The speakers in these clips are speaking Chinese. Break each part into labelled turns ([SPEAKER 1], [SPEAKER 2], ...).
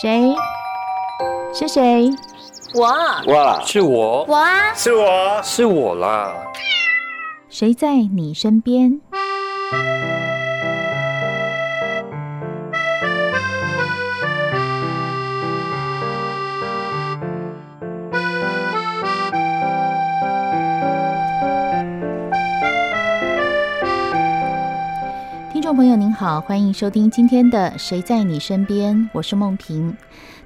[SPEAKER 1] 谁？是谁？
[SPEAKER 2] 我
[SPEAKER 3] 我啦，
[SPEAKER 4] 是我，
[SPEAKER 2] 我啊，
[SPEAKER 3] 是我，
[SPEAKER 4] 是我啦。
[SPEAKER 1] 谁在你身边？听众朋友您好，欢迎收听今天的《谁在你身边》，我是梦萍。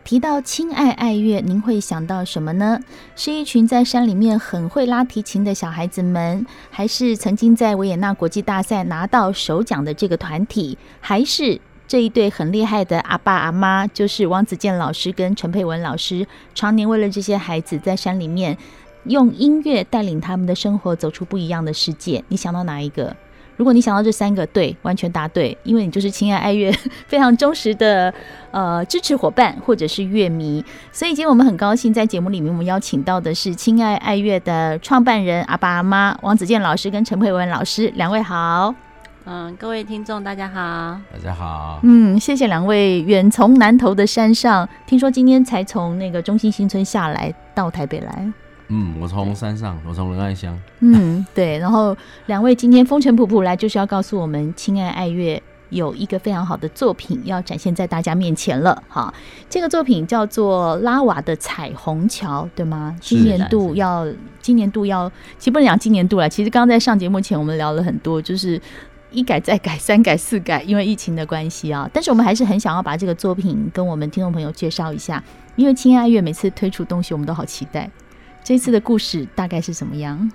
[SPEAKER 1] 提到亲爱爱乐，您会想到什么呢？是一群在山里面很会拉提琴的小孩子们，还是曾经在维也纳国际大赛拿到首奖的这个团体，还是这一对很厉害的阿爸阿妈，就是汪子健老师跟陈佩文老师，常年为了这些孩子在山里面用音乐带领他们的生活，走出不一样的世界。你想到哪一个？如果你想到这三个，对，完全答对，因为你就是亲爱爱乐 非常忠实的呃支持伙伴或者是乐迷。所以今天我们很高兴在节目里面，我们邀请到的是亲爱爱乐的创办人阿爸阿妈王子健老师跟陈佩文老师，两位好。
[SPEAKER 5] 嗯，各位听众大家好，
[SPEAKER 6] 大家好，
[SPEAKER 1] 嗯，谢谢两位远从南头的山上，听说今天才从那个中心新村下来到台北来。
[SPEAKER 6] 嗯，我从山上，我从仁爱乡，
[SPEAKER 1] 嗯， 对。然后两位今天风尘仆仆来，就是要告诉我们，亲爱爱乐有一个非常好的作品要展现在大家面前了哈。这个作品叫做《拉瓦的彩虹桥》，对吗？
[SPEAKER 6] 是
[SPEAKER 1] 今年度
[SPEAKER 6] 是
[SPEAKER 1] 要，今年度要，其实不能讲今年度了。其实刚刚在上节目前，我们聊了很多，就是。一改再改，三改四改，因为疫情的关系啊，但是我们还是很想要把这个作品跟我们听众朋友介绍一下，因为亲爱爱乐每次推出东西，我们都好期待。这次的故事大概是什么样？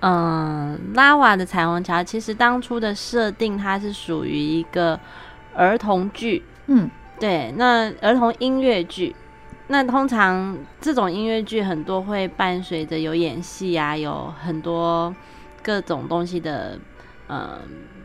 [SPEAKER 5] 嗯，拉瓦的彩虹桥其实当初的设定它是属于一个儿童剧，
[SPEAKER 1] 嗯，
[SPEAKER 5] 对，那儿童音乐剧，那通常这种音乐剧很多会伴随着有演戏啊，有很多各种东西的呃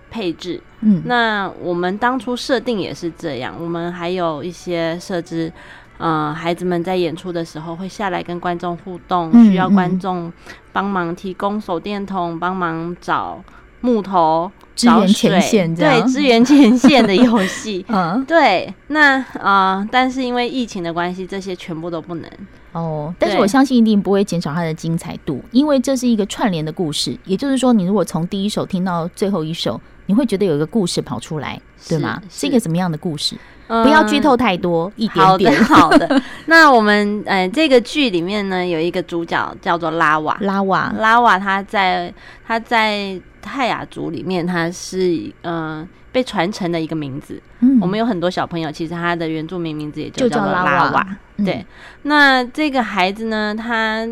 [SPEAKER 5] 配置，
[SPEAKER 1] 嗯，
[SPEAKER 5] 那我们当初设定也是这样，我们还有一些设置，呃，孩子们在演出的时候会下来跟观众互动，
[SPEAKER 1] 嗯
[SPEAKER 5] 需要
[SPEAKER 1] 嗯
[SPEAKER 5] 观众帮忙提供手电筒，帮忙找木头、
[SPEAKER 1] 支援
[SPEAKER 5] 找水
[SPEAKER 1] 前线这
[SPEAKER 5] 对
[SPEAKER 1] 样，。
[SPEAKER 5] 支援前线的游戏
[SPEAKER 1] 嗯
[SPEAKER 5] 对，那呃，但是因为疫情的关系，这些全部都不能。
[SPEAKER 1] 哦，但是
[SPEAKER 5] 对
[SPEAKER 1] 我相信一定不会减少它的精彩度，因为这是一个串联的故事。也就是说，你如果从第一首听到最后一首，你会觉得有一个故事跑出来，对吗？
[SPEAKER 5] 是
[SPEAKER 1] 是一个怎么样的故事？
[SPEAKER 5] 嗯
[SPEAKER 1] 不要剧透太多，一点点。
[SPEAKER 5] 好的，好的。那我们呃，这个剧里面呢，有一个主角叫做拉瓦，
[SPEAKER 1] 拉瓦，
[SPEAKER 5] 拉瓦他在他在泰雅族里面，他是呃被传承的一个名字。
[SPEAKER 1] 嗯
[SPEAKER 5] 我们有很多小朋友，其实他的原住民名字也
[SPEAKER 1] 就
[SPEAKER 5] 叫
[SPEAKER 1] 叫
[SPEAKER 5] 做
[SPEAKER 1] 拉
[SPEAKER 5] 拉
[SPEAKER 1] 瓦
[SPEAKER 5] 瓦。
[SPEAKER 1] 嗯
[SPEAKER 5] 对，那这个孩子呢，他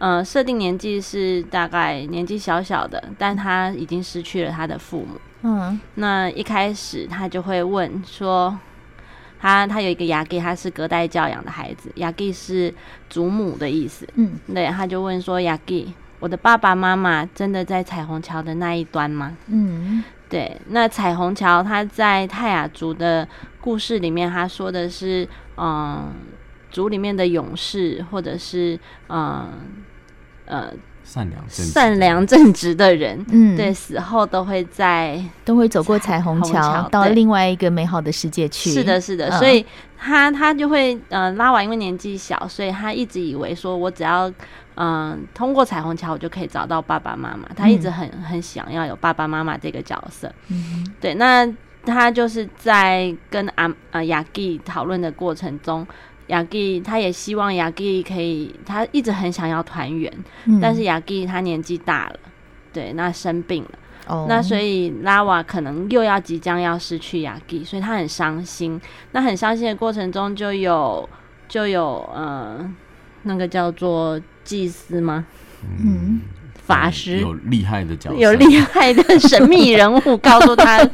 [SPEAKER 5] 呃设定年纪是大概年纪小小的，但他已经失去了他的父母。
[SPEAKER 1] 嗯
[SPEAKER 5] 那一开始他就会问说。他他有一个雅给，他是隔代教养的孩子，雅给是祖母的意思。
[SPEAKER 1] 嗯
[SPEAKER 5] 对，他就问说：“雅吉，我的爸爸妈妈真的在彩虹桥的那一端吗
[SPEAKER 1] 嗯？”
[SPEAKER 5] 对，那彩虹桥它在泰雅族的故事里面，他说的是，嗯，族里面的勇士或者是嗯呃
[SPEAKER 6] 善良正直
[SPEAKER 5] 善良正直的人，
[SPEAKER 1] 嗯，
[SPEAKER 5] 对，，死后都会在
[SPEAKER 1] 都会走过彩虹
[SPEAKER 5] 虹
[SPEAKER 1] 桥，
[SPEAKER 5] 桥
[SPEAKER 1] 到
[SPEAKER 5] 对
[SPEAKER 1] 另外一个美好的世界去。
[SPEAKER 5] 是的，，是的，
[SPEAKER 1] 嗯
[SPEAKER 5] 所以他他就会呃拉瓦，因为年纪小，所以他一直以为说我只要嗯、通过彩虹桥，我就可以找到爸爸妈妈。他一直很很想要有爸爸妈妈这个角色。
[SPEAKER 1] 嗯
[SPEAKER 5] 对，那他就是在跟阿呃雅吉讨论的过程中。雅吉他也希望雅吉可以，他一直很想要团圆，
[SPEAKER 1] 哼，
[SPEAKER 5] 但是雅吉他年纪大了，对，那生病了。
[SPEAKER 1] 哦，
[SPEAKER 5] 那所以拉瓦可能又要即将要失去雅吉，所以他很伤心。那很伤心的过程中就，有就有呃，那个叫做祭司吗？
[SPEAKER 1] 嗯，
[SPEAKER 5] 法师
[SPEAKER 6] 有厉害的角色，
[SPEAKER 5] 嗯有厉害的神秘人物告诉他，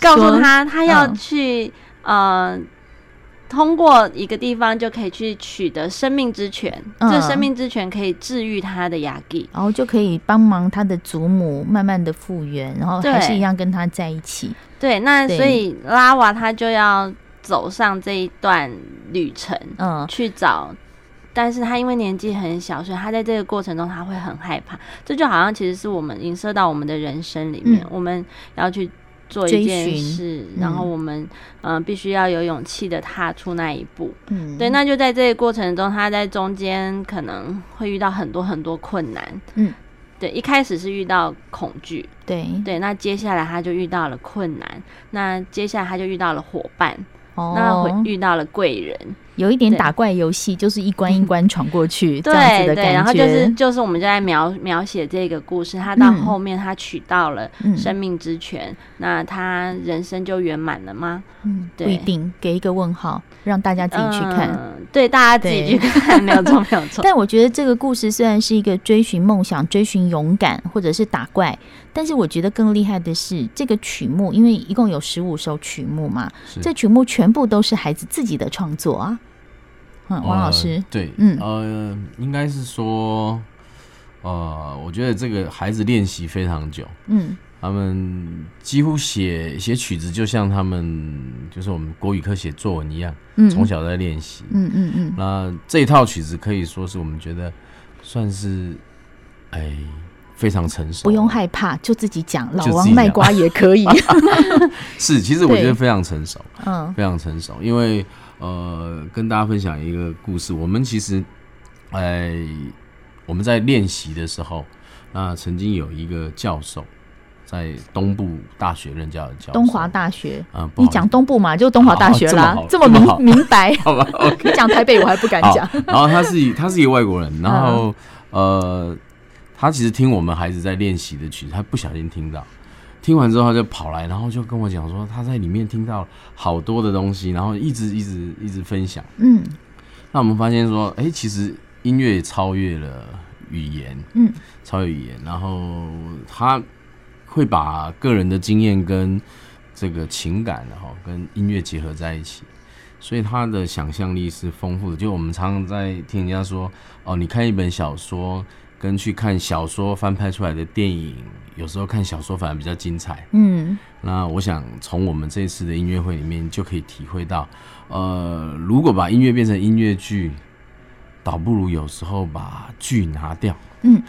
[SPEAKER 5] 告诉他他要
[SPEAKER 1] 嗯
[SPEAKER 5] 去、呃，通过一个地方就可以去取得生命之泉，这
[SPEAKER 1] 嗯
[SPEAKER 5] 生命之泉可以治愈他的雅吉。
[SPEAKER 1] 然后就可以帮忙他的祖母慢慢的复原，然后还
[SPEAKER 5] 对
[SPEAKER 1] 是一样跟他在一起。
[SPEAKER 5] 对，那
[SPEAKER 1] 对
[SPEAKER 5] 所以拉瓦他就要走上这一段旅程。
[SPEAKER 1] 嗯，
[SPEAKER 5] 去找，但是他因为年纪很小，所以他在这个过程中他会很害怕。这就好像其实是我们影射到我们的人生里面，
[SPEAKER 1] 嗯
[SPEAKER 5] 我们要去做
[SPEAKER 1] 追
[SPEAKER 5] 一件
[SPEAKER 1] 寻
[SPEAKER 5] 事，
[SPEAKER 1] 嗯
[SPEAKER 5] 然后我们嗯、呃必须要有勇气的踏出那一步。
[SPEAKER 1] 嗯，
[SPEAKER 5] 对，那就在这个过程中，他在中间可能会遇到很多很多困难。
[SPEAKER 1] 嗯，
[SPEAKER 5] 对，一开始是遇到恐惧，
[SPEAKER 1] 对
[SPEAKER 5] 对，那接下来他就遇到了困难，那接下来他就遇到了伙伴，那会
[SPEAKER 1] 哦，
[SPEAKER 5] 遇到了贵人，
[SPEAKER 1] 有一点
[SPEAKER 5] 对
[SPEAKER 1] 打怪游戏，就是一关一关闯过 去这样子
[SPEAKER 5] 对
[SPEAKER 1] 的
[SPEAKER 5] 对，
[SPEAKER 1] 感觉。
[SPEAKER 5] 然后就是就是我们就在描描写这个故事，他到
[SPEAKER 1] 嗯
[SPEAKER 5] 后面他取到了
[SPEAKER 1] 嗯
[SPEAKER 5] 生命之泉，那他人生就圆满了吗？
[SPEAKER 1] 嗯，不
[SPEAKER 5] 对
[SPEAKER 1] 一定，给一个问号，让大家自己去看。
[SPEAKER 5] 嗯对，大家自己去看，没有错，没 有错。
[SPEAKER 1] 但我觉得这个故事虽然是一个追寻梦想、追寻勇敢，或者是打怪，但是我觉得更厉害的是这个曲目，因为一共有十五首曲目嘛，
[SPEAKER 5] 嗯
[SPEAKER 6] 是
[SPEAKER 1] 这曲目全部都是孩子自己的创作啊。嗯，王老师
[SPEAKER 6] 呃，对，
[SPEAKER 1] 嗯
[SPEAKER 6] 呃，应该是说，呃，我觉得这个孩子练习非常久，
[SPEAKER 1] 嗯
[SPEAKER 6] 他们几乎写写曲子，就像他们就是我们国语课写作文一样，
[SPEAKER 1] 嗯，
[SPEAKER 6] 从小在练习。
[SPEAKER 1] 嗯嗯嗯，
[SPEAKER 6] 那这一套曲子可以说是我们觉得算是，哎，非常成熟。
[SPEAKER 1] 不用害怕，就自己讲，老
[SPEAKER 6] 就自
[SPEAKER 1] 王
[SPEAKER 6] 己
[SPEAKER 1] 卖
[SPEAKER 6] 讲
[SPEAKER 1] 瓜也可 以。
[SPEAKER 6] 是，其实我觉
[SPEAKER 1] 对
[SPEAKER 6] 得非常成熟，
[SPEAKER 1] 嗯
[SPEAKER 6] 非常成熟。因为呃，跟大家分享一个故事，我们其实，哎、我们在练习的时候，那曾经有一个教授在东部大学任教的教授，
[SPEAKER 1] 东华大学，
[SPEAKER 6] 嗯，不
[SPEAKER 1] 你
[SPEAKER 6] 好意思
[SPEAKER 1] 讲东部嘛，就东华大学啦，
[SPEAKER 6] 哦
[SPEAKER 1] 这么
[SPEAKER 6] 这么好这么好
[SPEAKER 1] 明明白。
[SPEAKER 6] 好 吧，OK
[SPEAKER 1] 你讲台北，我还不敢
[SPEAKER 6] 好，
[SPEAKER 1] 讲。
[SPEAKER 6] 哦然后他是一他是一个外 国人，然后、呃，他其实听我们孩子在练习的曲子，他不小心听到，听完之后他就跑来，然后就跟我讲说他在里面听到好多的东西，然后一直一直一直分享。
[SPEAKER 1] 嗯
[SPEAKER 6] 那我们发现说，哎、其实音乐超越了语言，
[SPEAKER 1] 嗯，
[SPEAKER 6] 超越语言，然后他会把个人的经验跟这个情感，然后跟音乐结合在一起，所以他的想象力是丰富的。就我们常常在听人家说，哦，你看一本小说，跟去看小说翻拍出来的电影，有时候看小说反而比较精彩。
[SPEAKER 1] 嗯
[SPEAKER 6] 那我想从我们这次的音乐会里面就可以体会到，呃，如果把音乐变成音乐剧，倒不如有时候把剧拿掉，
[SPEAKER 1] 嗯，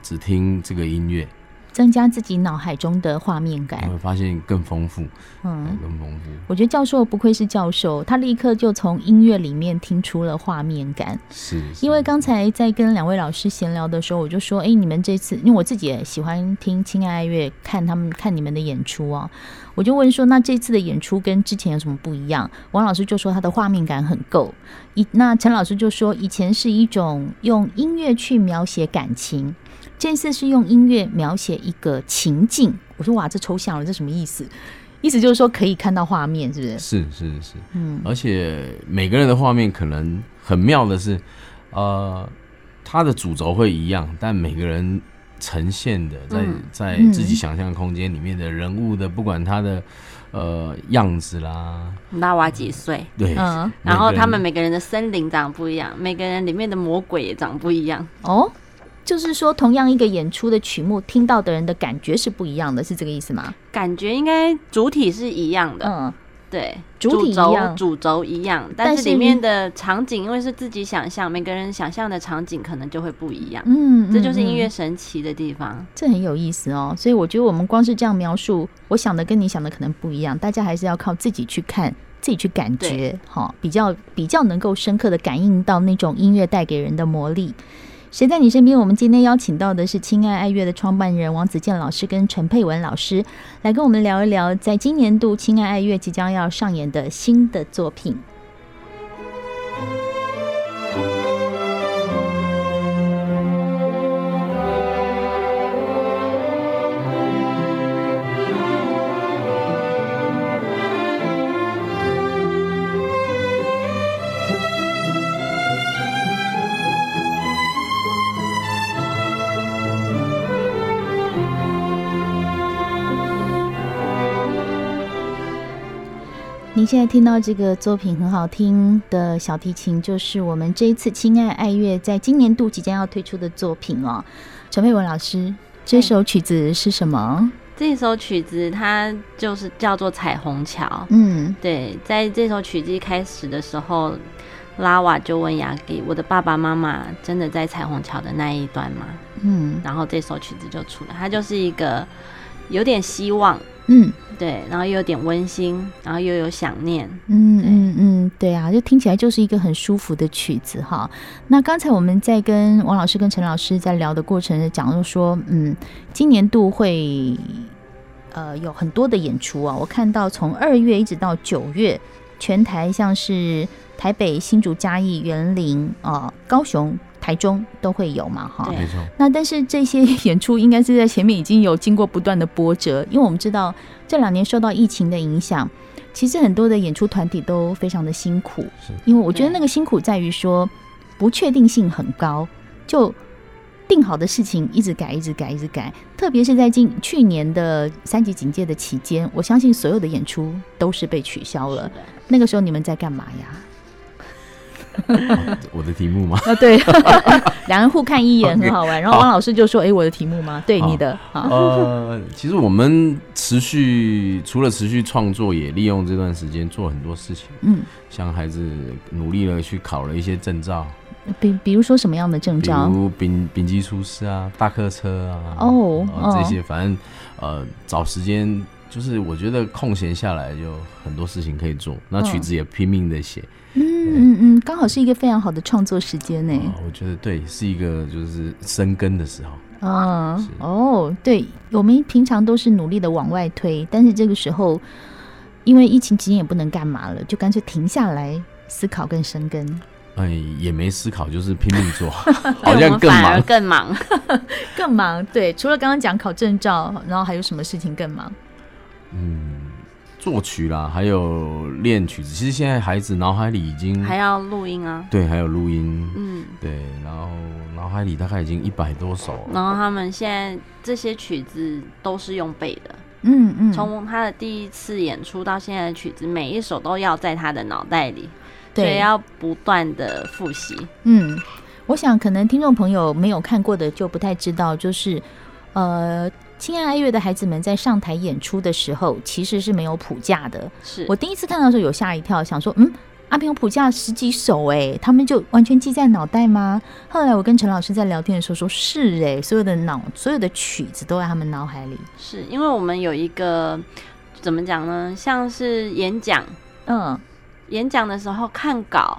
[SPEAKER 6] 只听这个音乐，
[SPEAKER 1] 增加自己脑海中的画面
[SPEAKER 6] 你
[SPEAKER 1] 感。
[SPEAKER 6] 会发现更丰富，
[SPEAKER 1] 嗯，
[SPEAKER 6] 更丰富。
[SPEAKER 1] 我觉得教授不愧是教授，他立刻就从音乐里面听出了画面感。
[SPEAKER 6] 是，是
[SPEAKER 1] 因为刚才在跟两位老师闲聊的时候，我就说，哎，你们这次，因为我自己也喜欢听亲爱爱乐，看他们看你们的演出哦，我就问说，那这次的演出跟之前有什么不一样？王老师就说他的画面感很够，以那陈老师就说以前是一种用音乐去描写感情，这次是用音乐描写一个情境。我说哇，这抽象了，这什么意思？意思就是说可以看到画面，是不是？
[SPEAKER 6] 是是是，
[SPEAKER 1] 嗯
[SPEAKER 6] 而且每个人的画面可能很妙的是，呃，它的主轴会一样，但每个人呈现的在
[SPEAKER 5] 嗯
[SPEAKER 6] 在
[SPEAKER 1] 嗯
[SPEAKER 6] 自己想象空间里面的人物的，不管他的呃样子啦，
[SPEAKER 5] 你知道娃几岁？
[SPEAKER 6] 对，
[SPEAKER 1] 嗯，
[SPEAKER 5] 然后他们
[SPEAKER 6] 每
[SPEAKER 5] 每个人的森林长不一样，每个人里面的魔鬼也长不一样。
[SPEAKER 1] 哦，就是说同样一个演出的曲目，听到的人的感觉是不一样的，是这个意思吗？
[SPEAKER 5] 感觉应该主体是一样的，
[SPEAKER 1] 嗯，
[SPEAKER 5] 对，
[SPEAKER 1] 主体一
[SPEAKER 5] 轴
[SPEAKER 1] 样
[SPEAKER 5] 主轴一样，
[SPEAKER 1] 但
[SPEAKER 5] 但
[SPEAKER 1] 是
[SPEAKER 5] 是里面的场景因为是自己想象，每个人想象的场景可能就会不一样，
[SPEAKER 1] 嗯，
[SPEAKER 5] 这就是音乐
[SPEAKER 1] 嗯，
[SPEAKER 5] 神奇的地方。
[SPEAKER 1] 这很有意思哦。所以我觉得我们光是这样描述，我想的跟你想的可能不一样，大家还是要靠自己去看。自己去感觉，哈、比较比较能够深刻的感应到那种音乐带给人的魔力。谁在你身边？我们今天邀请到的是亲爱爱乐的创办人王子健老师跟陈佩文老师，来跟我们聊一聊，在今年度亲爱爱乐即将要上演的新的作品。您现在听到这个作品很好听的小提琴，就是我们这一次《亲爱爱乐》在今年度即将要推出的作品哦。陈佩文老师，这首曲子是什么？
[SPEAKER 5] 这首曲子它就是叫做《彩虹桥》。
[SPEAKER 1] 嗯
[SPEAKER 5] 对，在这首曲子一开始的时候，拉瓦就问雅给：“我的爸爸妈妈真的在彩虹桥的那一端吗？”
[SPEAKER 1] 嗯
[SPEAKER 5] 然后这首曲子就出来，它就是一个有点希望，
[SPEAKER 1] 嗯
[SPEAKER 5] 对，然后又有点温馨，然后又有想念，
[SPEAKER 1] 嗯嗯嗯，对啊，就听起来就是一个很舒服的曲子哈。那刚才我们在跟王老师跟陈老师在聊的过程，讲到说，嗯，今年度会呃有很多的演出啊，我看到从二月一直到九月，全台像是台北、新竹、嘉义、园林啊、呃高雄、台中都会有嘛哈。
[SPEAKER 5] 对
[SPEAKER 6] 没错，
[SPEAKER 1] 那但是这些 演出应该是在前面已经有经过不断的波折，因为我们知道这两年受到疫情的影响，其实很多的演出团体都非常的辛苦
[SPEAKER 6] 是。
[SPEAKER 1] 因为我觉得
[SPEAKER 5] 对
[SPEAKER 1] 那个辛苦在于说不确定性很高，就定好的事情一直改，一直改，一直改。特别是在近去年的三级警戒的期间，我相信所有的演出都是被取消了
[SPEAKER 5] 是。的
[SPEAKER 1] 那个时候你们在干嘛呀？
[SPEAKER 6] 哦我的题 目吗？
[SPEAKER 1] 啊，对， 两人互看一眼，很好玩。然后王老师就说：“哎，我的题目吗？对，
[SPEAKER 6] 好
[SPEAKER 1] 你的。”好，
[SPEAKER 6] 呃，其实我们持续除了持续创作，也利用这段时间做很多事情，
[SPEAKER 1] 嗯，
[SPEAKER 6] 像孩子努力了去考了一些证照，
[SPEAKER 1] 比比如说什么样的证
[SPEAKER 6] 比
[SPEAKER 1] 照？
[SPEAKER 6] 如丙丙级厨师啊、大客车啊，
[SPEAKER 1] 哦
[SPEAKER 6] 然后
[SPEAKER 1] 哦
[SPEAKER 6] 这些反正呃找时间，就是我觉得空闲下来就很多事情可以做，那
[SPEAKER 1] 嗯
[SPEAKER 6] 曲子也拼命的写，
[SPEAKER 1] 嗯嗯嗯，刚好是一个非常好的创作时间呢。
[SPEAKER 6] 啊我觉得对，是一个就是生根的时候。
[SPEAKER 1] 嗯
[SPEAKER 6] 啊是，
[SPEAKER 1] 哦，对，我们平常都是努力的往外推，但是这个时候因为疫情期间也不能干嘛了，就干脆停下来思考跟生根，
[SPEAKER 6] 哎，也没思考，就是拼命 做，
[SPEAKER 5] 对
[SPEAKER 6] 好
[SPEAKER 5] 我
[SPEAKER 6] 像
[SPEAKER 5] 们
[SPEAKER 6] 更
[SPEAKER 5] 反而
[SPEAKER 6] 忙。
[SPEAKER 5] 更忙。
[SPEAKER 1] 更忙。对，除了刚刚讲考证照，然后还有什么事情更忙？
[SPEAKER 6] 嗯，作曲啦，还有练曲子。其实现在孩子脑海里已
[SPEAKER 1] 嗯
[SPEAKER 6] 经
[SPEAKER 5] 还要录音啊，
[SPEAKER 6] 对，还有录音，
[SPEAKER 5] 嗯，
[SPEAKER 6] 对，然后脑海里大概已经一百多首了。
[SPEAKER 5] 然后他们现在这些曲子都是用背的，
[SPEAKER 1] 嗯嗯，
[SPEAKER 5] 从他的第一次演出到现在的曲子，每一首都要在他的脑袋里，所以
[SPEAKER 1] 对，
[SPEAKER 5] 要不断的复习。
[SPEAKER 1] 嗯，我想可能听众朋友没有看过的就不太知道，就是呃，亲爱爱乐的孩子们在上台演出的时候其实是没有谱架的。
[SPEAKER 5] 是
[SPEAKER 1] 我第一次看到的时候有吓一跳，想说嗯。阿平有谱架十几首哎、他们就完全记在脑袋吗？后来我跟陈老师在聊天的时候说，是哎、所有的脑所有的曲子都在他们脑海里。
[SPEAKER 5] 是因为我们有一个怎么讲呢？像是演讲，
[SPEAKER 1] 嗯
[SPEAKER 5] 演讲的时候看稿，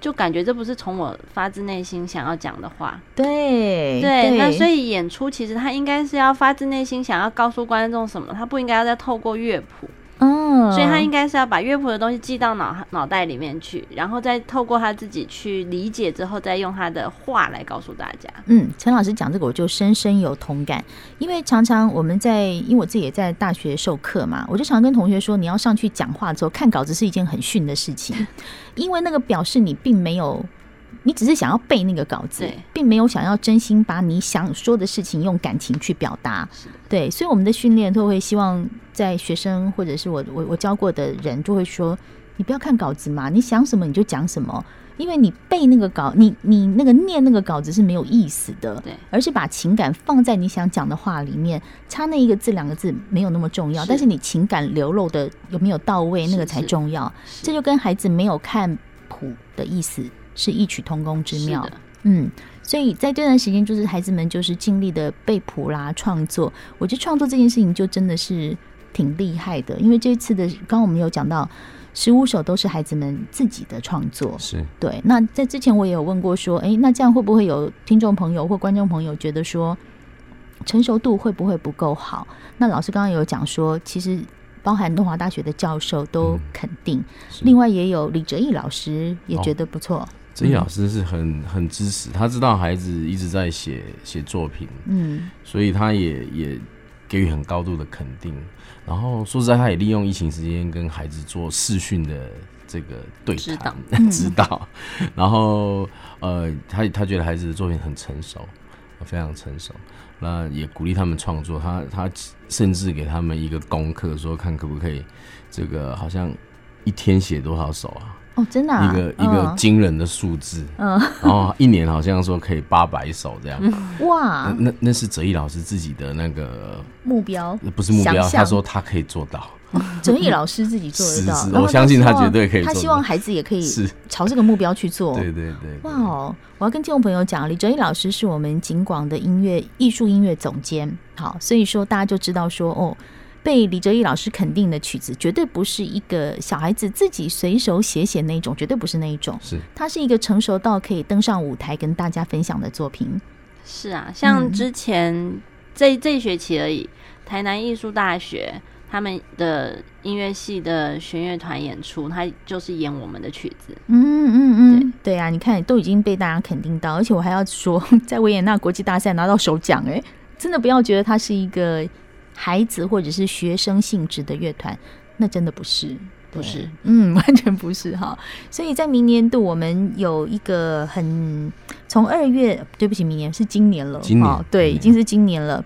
[SPEAKER 5] 就感觉这不是从我发自内心想要讲的话。
[SPEAKER 1] 对
[SPEAKER 5] 对，那所
[SPEAKER 1] 以
[SPEAKER 5] 以演出其实他应该是要发自内心想要告诉观众什么，他不应该要再透过乐谱，
[SPEAKER 1] 嗯，
[SPEAKER 5] 所以他应该是要把乐谱的东西记到脑脑袋里面去，然后再透过他自己去理解之后，再用他的话来告诉大家。
[SPEAKER 1] 嗯，陈老师讲这个我就深深有同感，因为常常我们在，因为我自己也在大学授课嘛，我就常跟同学说，你要上去讲话之后看稿子是一件很逊的事 情，因为那个表示你并没有，你只是想要背那个稿子
[SPEAKER 5] 对，
[SPEAKER 1] 并没有想要真心把你想说的事情用感情去表达
[SPEAKER 5] 是的。
[SPEAKER 1] 对，所以我们的训练都会希望在学生或者是我我我教过的人就会说，你不要看稿子嘛，你想什么你就讲什么。因为你背那个稿，你你那个念那个稿子是没有意思的，
[SPEAKER 5] 对
[SPEAKER 1] 而是把情感放在你想讲的话里面，差那一个字两个字没有那么重要，
[SPEAKER 5] 是
[SPEAKER 1] 但是你情感流露的有没有到位，
[SPEAKER 5] 是
[SPEAKER 1] 那个才重要。这
[SPEAKER 5] 是
[SPEAKER 1] 就跟孩子没有看谱的意思是异曲同工之妙
[SPEAKER 5] 是。啊的
[SPEAKER 1] 嗯，所以在这段时间，就是孩子们就是尽力的背谱啦、创作。我觉得创作这件事情就真的是挺厉害的，因为这次的刚刚我们有讲到，十五首都是孩子们自己的创作。
[SPEAKER 6] 是，
[SPEAKER 1] 对，那在之前我也有问过说，诶，那这样会不会有听众朋友或观众朋友觉得说，成熟度会不会不够好？那老师刚刚有讲说，其实包含东华大学的教授都
[SPEAKER 6] 嗯
[SPEAKER 1] 肯定，
[SPEAKER 6] 是哦
[SPEAKER 1] 另外也有李哲毅老师也觉得不错。
[SPEAKER 6] 这
[SPEAKER 5] 嗯
[SPEAKER 6] 些老师是很很支持，他知道孩子一直在写写作品，
[SPEAKER 1] 嗯，
[SPEAKER 6] 所以他也也给予很高度的肯定。然后说实在，他也利用疫情时间跟孩子做视讯的这个对
[SPEAKER 5] 指 导嗯
[SPEAKER 6] 谈指导，然后呃，他他觉得孩子的作品很成熟，非常成熟。那也鼓励他们创作，他他甚至给他们一个功课，说看可不可以这个好像一天写多少首啊，
[SPEAKER 1] 哦，真的、啊，
[SPEAKER 6] 一个一个惊人的数字，嗯，然后一年好像说可以八百首这样，
[SPEAKER 1] 嗯哇
[SPEAKER 6] 那那那是哲毅老师自己的那个
[SPEAKER 1] 目标
[SPEAKER 6] 呃不是目标
[SPEAKER 1] 想，象
[SPEAKER 6] 他说他可以做到，
[SPEAKER 1] 哲毅老师自己做得
[SPEAKER 6] 是
[SPEAKER 1] 到，
[SPEAKER 6] 是
[SPEAKER 1] 然后
[SPEAKER 6] 我相信
[SPEAKER 1] 他
[SPEAKER 6] 他
[SPEAKER 1] 希望
[SPEAKER 6] 绝对可以
[SPEAKER 1] 他
[SPEAKER 6] 做
[SPEAKER 1] 希
[SPEAKER 6] 得
[SPEAKER 1] 望
[SPEAKER 6] 到
[SPEAKER 1] 孩子也可以
[SPEAKER 6] 是，
[SPEAKER 1] 朝这个目标去做。
[SPEAKER 6] 对对对，
[SPEAKER 1] 哇哦！我要跟听众朋友讲，李哲一老师是我们景广的音乐艺术音乐总监。好，所以说大家就知道说，哦，被李哲一老师肯定的曲子，绝对不是一个小孩子自己随手写写那一种，绝对不是那一种。
[SPEAKER 6] 是
[SPEAKER 1] 它是一个成熟到可以登上舞台跟大家分享的作品。
[SPEAKER 5] 是啊，像
[SPEAKER 1] 嗯
[SPEAKER 5] 之前、这这一学期而已，台南艺术大学他们的音乐系的弦乐团演出，他就是演我们的曲子。
[SPEAKER 1] 嗯嗯嗯，对啊，你看都已经被大家肯定到，而且我还要说，在维也纳国际大赛拿到首奖，哎，真的不要觉得它是一个孩子或者是学生性质的乐团，那真的不是。
[SPEAKER 5] 不是
[SPEAKER 1] 对， 嗯，完全不是哈。所以在明年度，我们有一个很从二月，对不起，明年是今年了，
[SPEAKER 6] 今年
[SPEAKER 1] 哦对，
[SPEAKER 6] 今年。
[SPEAKER 1] 已经是今年了。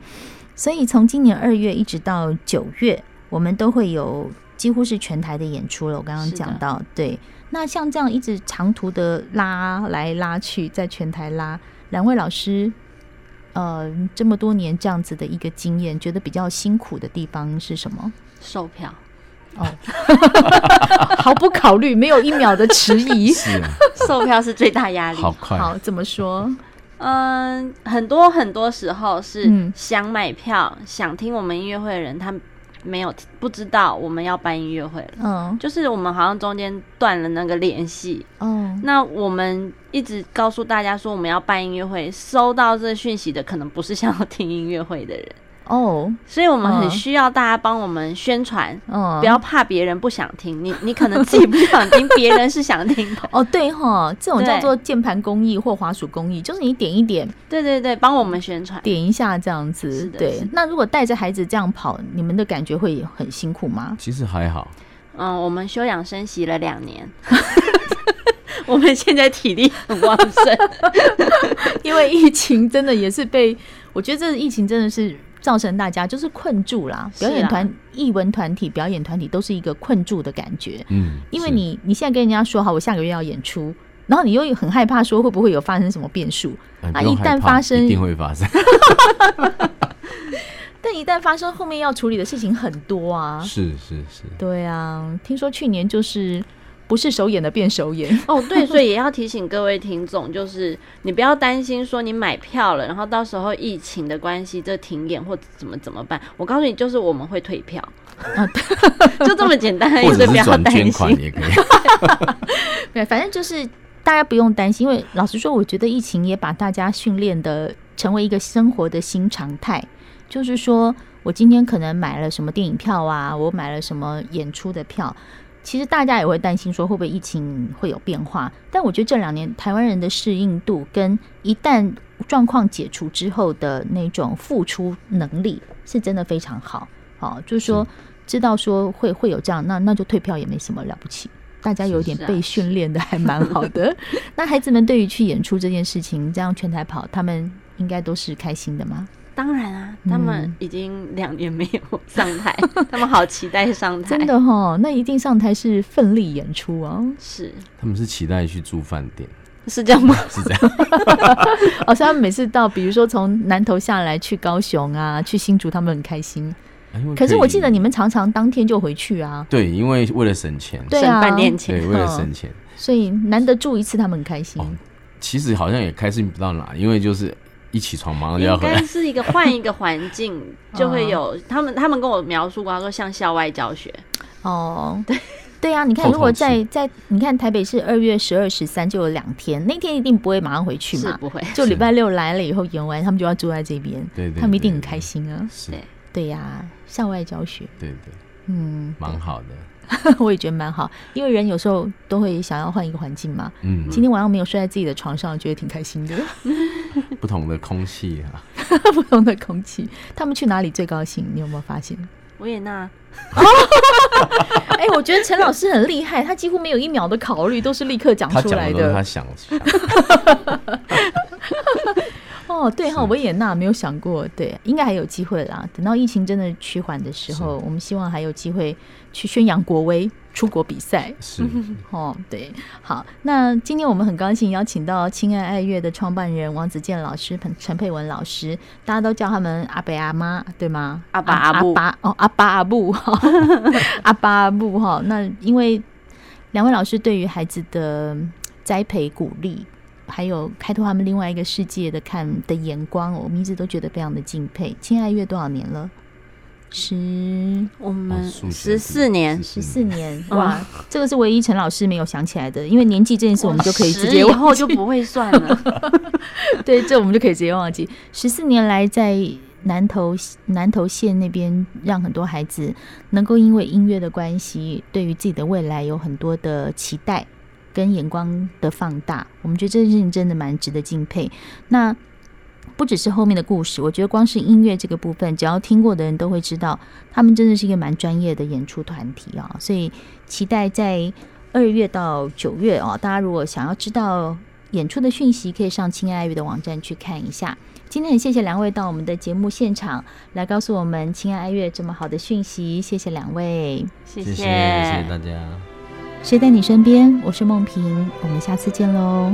[SPEAKER 1] 所以从今年二月一直到九月，我们都会有几乎是全台的演出了。我刚刚
[SPEAKER 5] 是的
[SPEAKER 1] 讲到，对，那像这样一直长途的拉来拉去，在全台拉，两位老师，呃，这么多年这样子的一个经验，觉得比较辛苦的地方是什 么？
[SPEAKER 5] 售票
[SPEAKER 1] 毫不考虑，没有一秒的迟疑
[SPEAKER 6] 是 啊，
[SPEAKER 5] 售票是最大压力。
[SPEAKER 6] 好快，
[SPEAKER 1] 好，怎么说？
[SPEAKER 5] 嗯，很多很多时候
[SPEAKER 1] 嗯
[SPEAKER 5] 是想买票、想听我们音乐会的人，他没有不知道我们要办音乐会了，
[SPEAKER 1] 嗯，
[SPEAKER 5] 就是我们好像中间断了那个联系。
[SPEAKER 1] 哦，
[SPEAKER 5] 那我们一直告诉大家说我们要办音乐会，收到这讯息的可能不是想要听音乐会的人，
[SPEAKER 1] 哦，
[SPEAKER 5] 所以我们
[SPEAKER 1] 嗯
[SPEAKER 5] 很需要大家帮我们宣传，
[SPEAKER 1] 嗯，
[SPEAKER 5] 不要怕别人不想听，你你可能自己不想听，别人是想听的。
[SPEAKER 1] 哦，对哈，这种叫
[SPEAKER 5] 对
[SPEAKER 1] 做键盘工艺或滑鼠工艺，就是你点一点，
[SPEAKER 5] 对对对，帮我们宣传。
[SPEAKER 1] 点一下这样
[SPEAKER 5] 是
[SPEAKER 1] 子。
[SPEAKER 5] 的
[SPEAKER 1] 对
[SPEAKER 5] 是的，
[SPEAKER 1] 那如果带着孩子这样跑，你们的感觉会很辛苦吗？
[SPEAKER 6] 其实还好，
[SPEAKER 5] 嗯，我们休养生息了两 年，我们现在体力很旺盛。
[SPEAKER 1] 因为疫情真的也是被，我觉得这疫情真的是造成大家就是困住啦。
[SPEAKER 5] 是
[SPEAKER 1] 表
[SPEAKER 5] 啊
[SPEAKER 1] 演团、艺文团体、表演团体都是一个困住的感觉，
[SPEAKER 6] 嗯，
[SPEAKER 1] 因为
[SPEAKER 6] 是
[SPEAKER 1] 你你现在跟人家说好，我下个月要演出。然后你又很害怕说会不会有发生什么变数，
[SPEAKER 6] 哎
[SPEAKER 1] 啊
[SPEAKER 6] 不用
[SPEAKER 1] 一
[SPEAKER 6] 害
[SPEAKER 1] 旦
[SPEAKER 6] 怕
[SPEAKER 1] 发生
[SPEAKER 6] 一定会发生，
[SPEAKER 1] 但一旦发生，后面要处理的事情很多啊。
[SPEAKER 6] 是是是，
[SPEAKER 1] 对啊，听说去年就是不是首演的变首演，
[SPEAKER 5] 哦，对，所以也要提醒各位听众，就是你不要担心说你买票了，然后到时候疫情的关系这停演或怎么怎么办。我告诉你，就是我们会退票，啊 就这么简单，
[SPEAKER 1] 哎
[SPEAKER 6] 或
[SPEAKER 5] 所
[SPEAKER 6] 者
[SPEAKER 5] 以不
[SPEAKER 6] 是
[SPEAKER 5] 要
[SPEAKER 6] 转捐
[SPEAKER 5] 担
[SPEAKER 6] 款
[SPEAKER 5] 心。
[SPEAKER 6] 也可以，
[SPEAKER 1] 对，反正就是大家不用担心，因为老实说，我觉得疫情也把大家训练的成为一个生活的新常态，就是说我今天可能买了什么电影票啊，我买了什么演出的票。其实大家也会担心说会不会疫情会有变化，但我觉得这两年台湾人的适应度跟一旦状况解除之后的那种付出能力是真的非常好。好、就是说知道说会会有这样，那那就退票也没什么了不起。大家有点
[SPEAKER 5] 是啊
[SPEAKER 1] 被训练的还蛮好 的。那孩子们对于去演出这件事情，这样全台跑，他们应该都是开心的吗？
[SPEAKER 5] 当然啊，他们
[SPEAKER 1] 嗯
[SPEAKER 5] 已经两年没有上 台，他们好期待上台。
[SPEAKER 1] 真的哈、那一定上台是奋力演出哦。
[SPEAKER 5] 是
[SPEAKER 6] 他们是期待去住饭店，
[SPEAKER 5] 是这样吗？
[SPEAKER 6] 是 这样，
[SPEAKER 1] 哦，所以他们每次到，比如说从南投下来去高雄啊， 去新竹，他们很开心。
[SPEAKER 6] 哎因为
[SPEAKER 1] 可是我记得
[SPEAKER 6] 以
[SPEAKER 1] 你们常常当天就回去啊，
[SPEAKER 6] 对，因为为了省钱，
[SPEAKER 1] 对啊
[SPEAKER 5] 省饭店钱
[SPEAKER 6] 对，为了省钱，
[SPEAKER 1] 所以难得住一次，他们很开心。
[SPEAKER 6] 哦其实好像也开心不到哪，因为就是一起床马上就要
[SPEAKER 5] 应
[SPEAKER 6] 哦回
[SPEAKER 5] 该
[SPEAKER 6] 来，哦
[SPEAKER 5] 是一个换一个环 境就会有他们，他们跟我描述过，他说像校外教学，
[SPEAKER 1] 哦，对对啊，你看，
[SPEAKER 6] 透
[SPEAKER 1] 如果
[SPEAKER 6] 透气
[SPEAKER 1] 在在你看台北市二月十二、十三就有两天，那天一定不会马上回去
[SPEAKER 5] 是
[SPEAKER 1] 嘛，
[SPEAKER 5] 不会。
[SPEAKER 1] 就礼拜六来了以后演完，他们就要住在这边，
[SPEAKER 6] 对对对
[SPEAKER 1] 他们一定很开心啊。
[SPEAKER 6] 是，
[SPEAKER 5] 对
[SPEAKER 1] 对呀、校外教学，
[SPEAKER 6] 对对，
[SPEAKER 1] 嗯，
[SPEAKER 6] 蛮好的，
[SPEAKER 1] 我也觉得蛮好，因为人有时候都会想要换一个环境嘛。
[SPEAKER 6] 嗯，
[SPEAKER 1] 今天晚上没有睡在自己的床上，觉得挺开心的，
[SPEAKER 6] 不同的空气啊，
[SPEAKER 1] 不同的空气。他们去哪里最高兴？你有没有发现？
[SPEAKER 5] 维也纳
[SPEAKER 1] 哎、我觉得陈老师很厉害，他几乎没有一秒的考虑，都是立刻讲
[SPEAKER 6] 他
[SPEAKER 1] 出
[SPEAKER 6] 讲
[SPEAKER 1] 来
[SPEAKER 6] 的都是
[SPEAKER 1] 的
[SPEAKER 6] 他。想想
[SPEAKER 1] 哦，对哈，
[SPEAKER 6] 是
[SPEAKER 1] 维也纳没有想过，对，应该还有机会啦。等到疫情真的趋缓的时候，我们希望还有机会去宣扬国威，出国比赛。
[SPEAKER 6] 是
[SPEAKER 1] 哦，对，好，那今天我们很高兴邀请到亲爱爱乐的创办人王子健老师、陈陈佩文老师，大家都叫他们阿北阿妈，对吗？
[SPEAKER 5] 阿爸
[SPEAKER 1] 啊
[SPEAKER 5] 阿布
[SPEAKER 1] 爸哦，阿爸阿布哈， 阿爸阿布哈。那因为两位老师对于孩子的嗯栽培鼓励，还有开拓他们另外一个世界的看的眼光，我们一直都觉得非常的敬佩。亲爱乐多少年了？十
[SPEAKER 5] 我
[SPEAKER 6] 哦
[SPEAKER 5] 们
[SPEAKER 6] 数学
[SPEAKER 5] 十四年，
[SPEAKER 1] 十四年
[SPEAKER 5] 嗯
[SPEAKER 1] 哇，这个是唯一陈老师没有想起来的，因为年纪这件事我们就可以直接
[SPEAKER 5] 10以
[SPEAKER 1] 忘
[SPEAKER 5] 后就不会 算了。
[SPEAKER 1] 对，这我们就可以直接忘记。十四年来，在南投南投县那边，让很多孩子能够因为音乐的关系，对于自己的未来有很多的期待跟眼光的放大。我们觉得这件事情真的蛮值得敬佩。那不只是后面的故事，我觉得光是音乐这个部分，只要听过的人都会知道，他们真的是一个蛮专业的演出团体啊、所以期待在二月到九月哦，大家如果想要知道演出的讯息，可以上亲爱爱乐的网站去看一下。今天很谢谢两位到我们的节目现场来告诉我们亲爱爱乐这么好的讯息，谢谢两位。
[SPEAKER 5] 谢
[SPEAKER 6] 谢谢谢大家。
[SPEAKER 1] 谁在你身边？我是梦萍，我们下次见喽。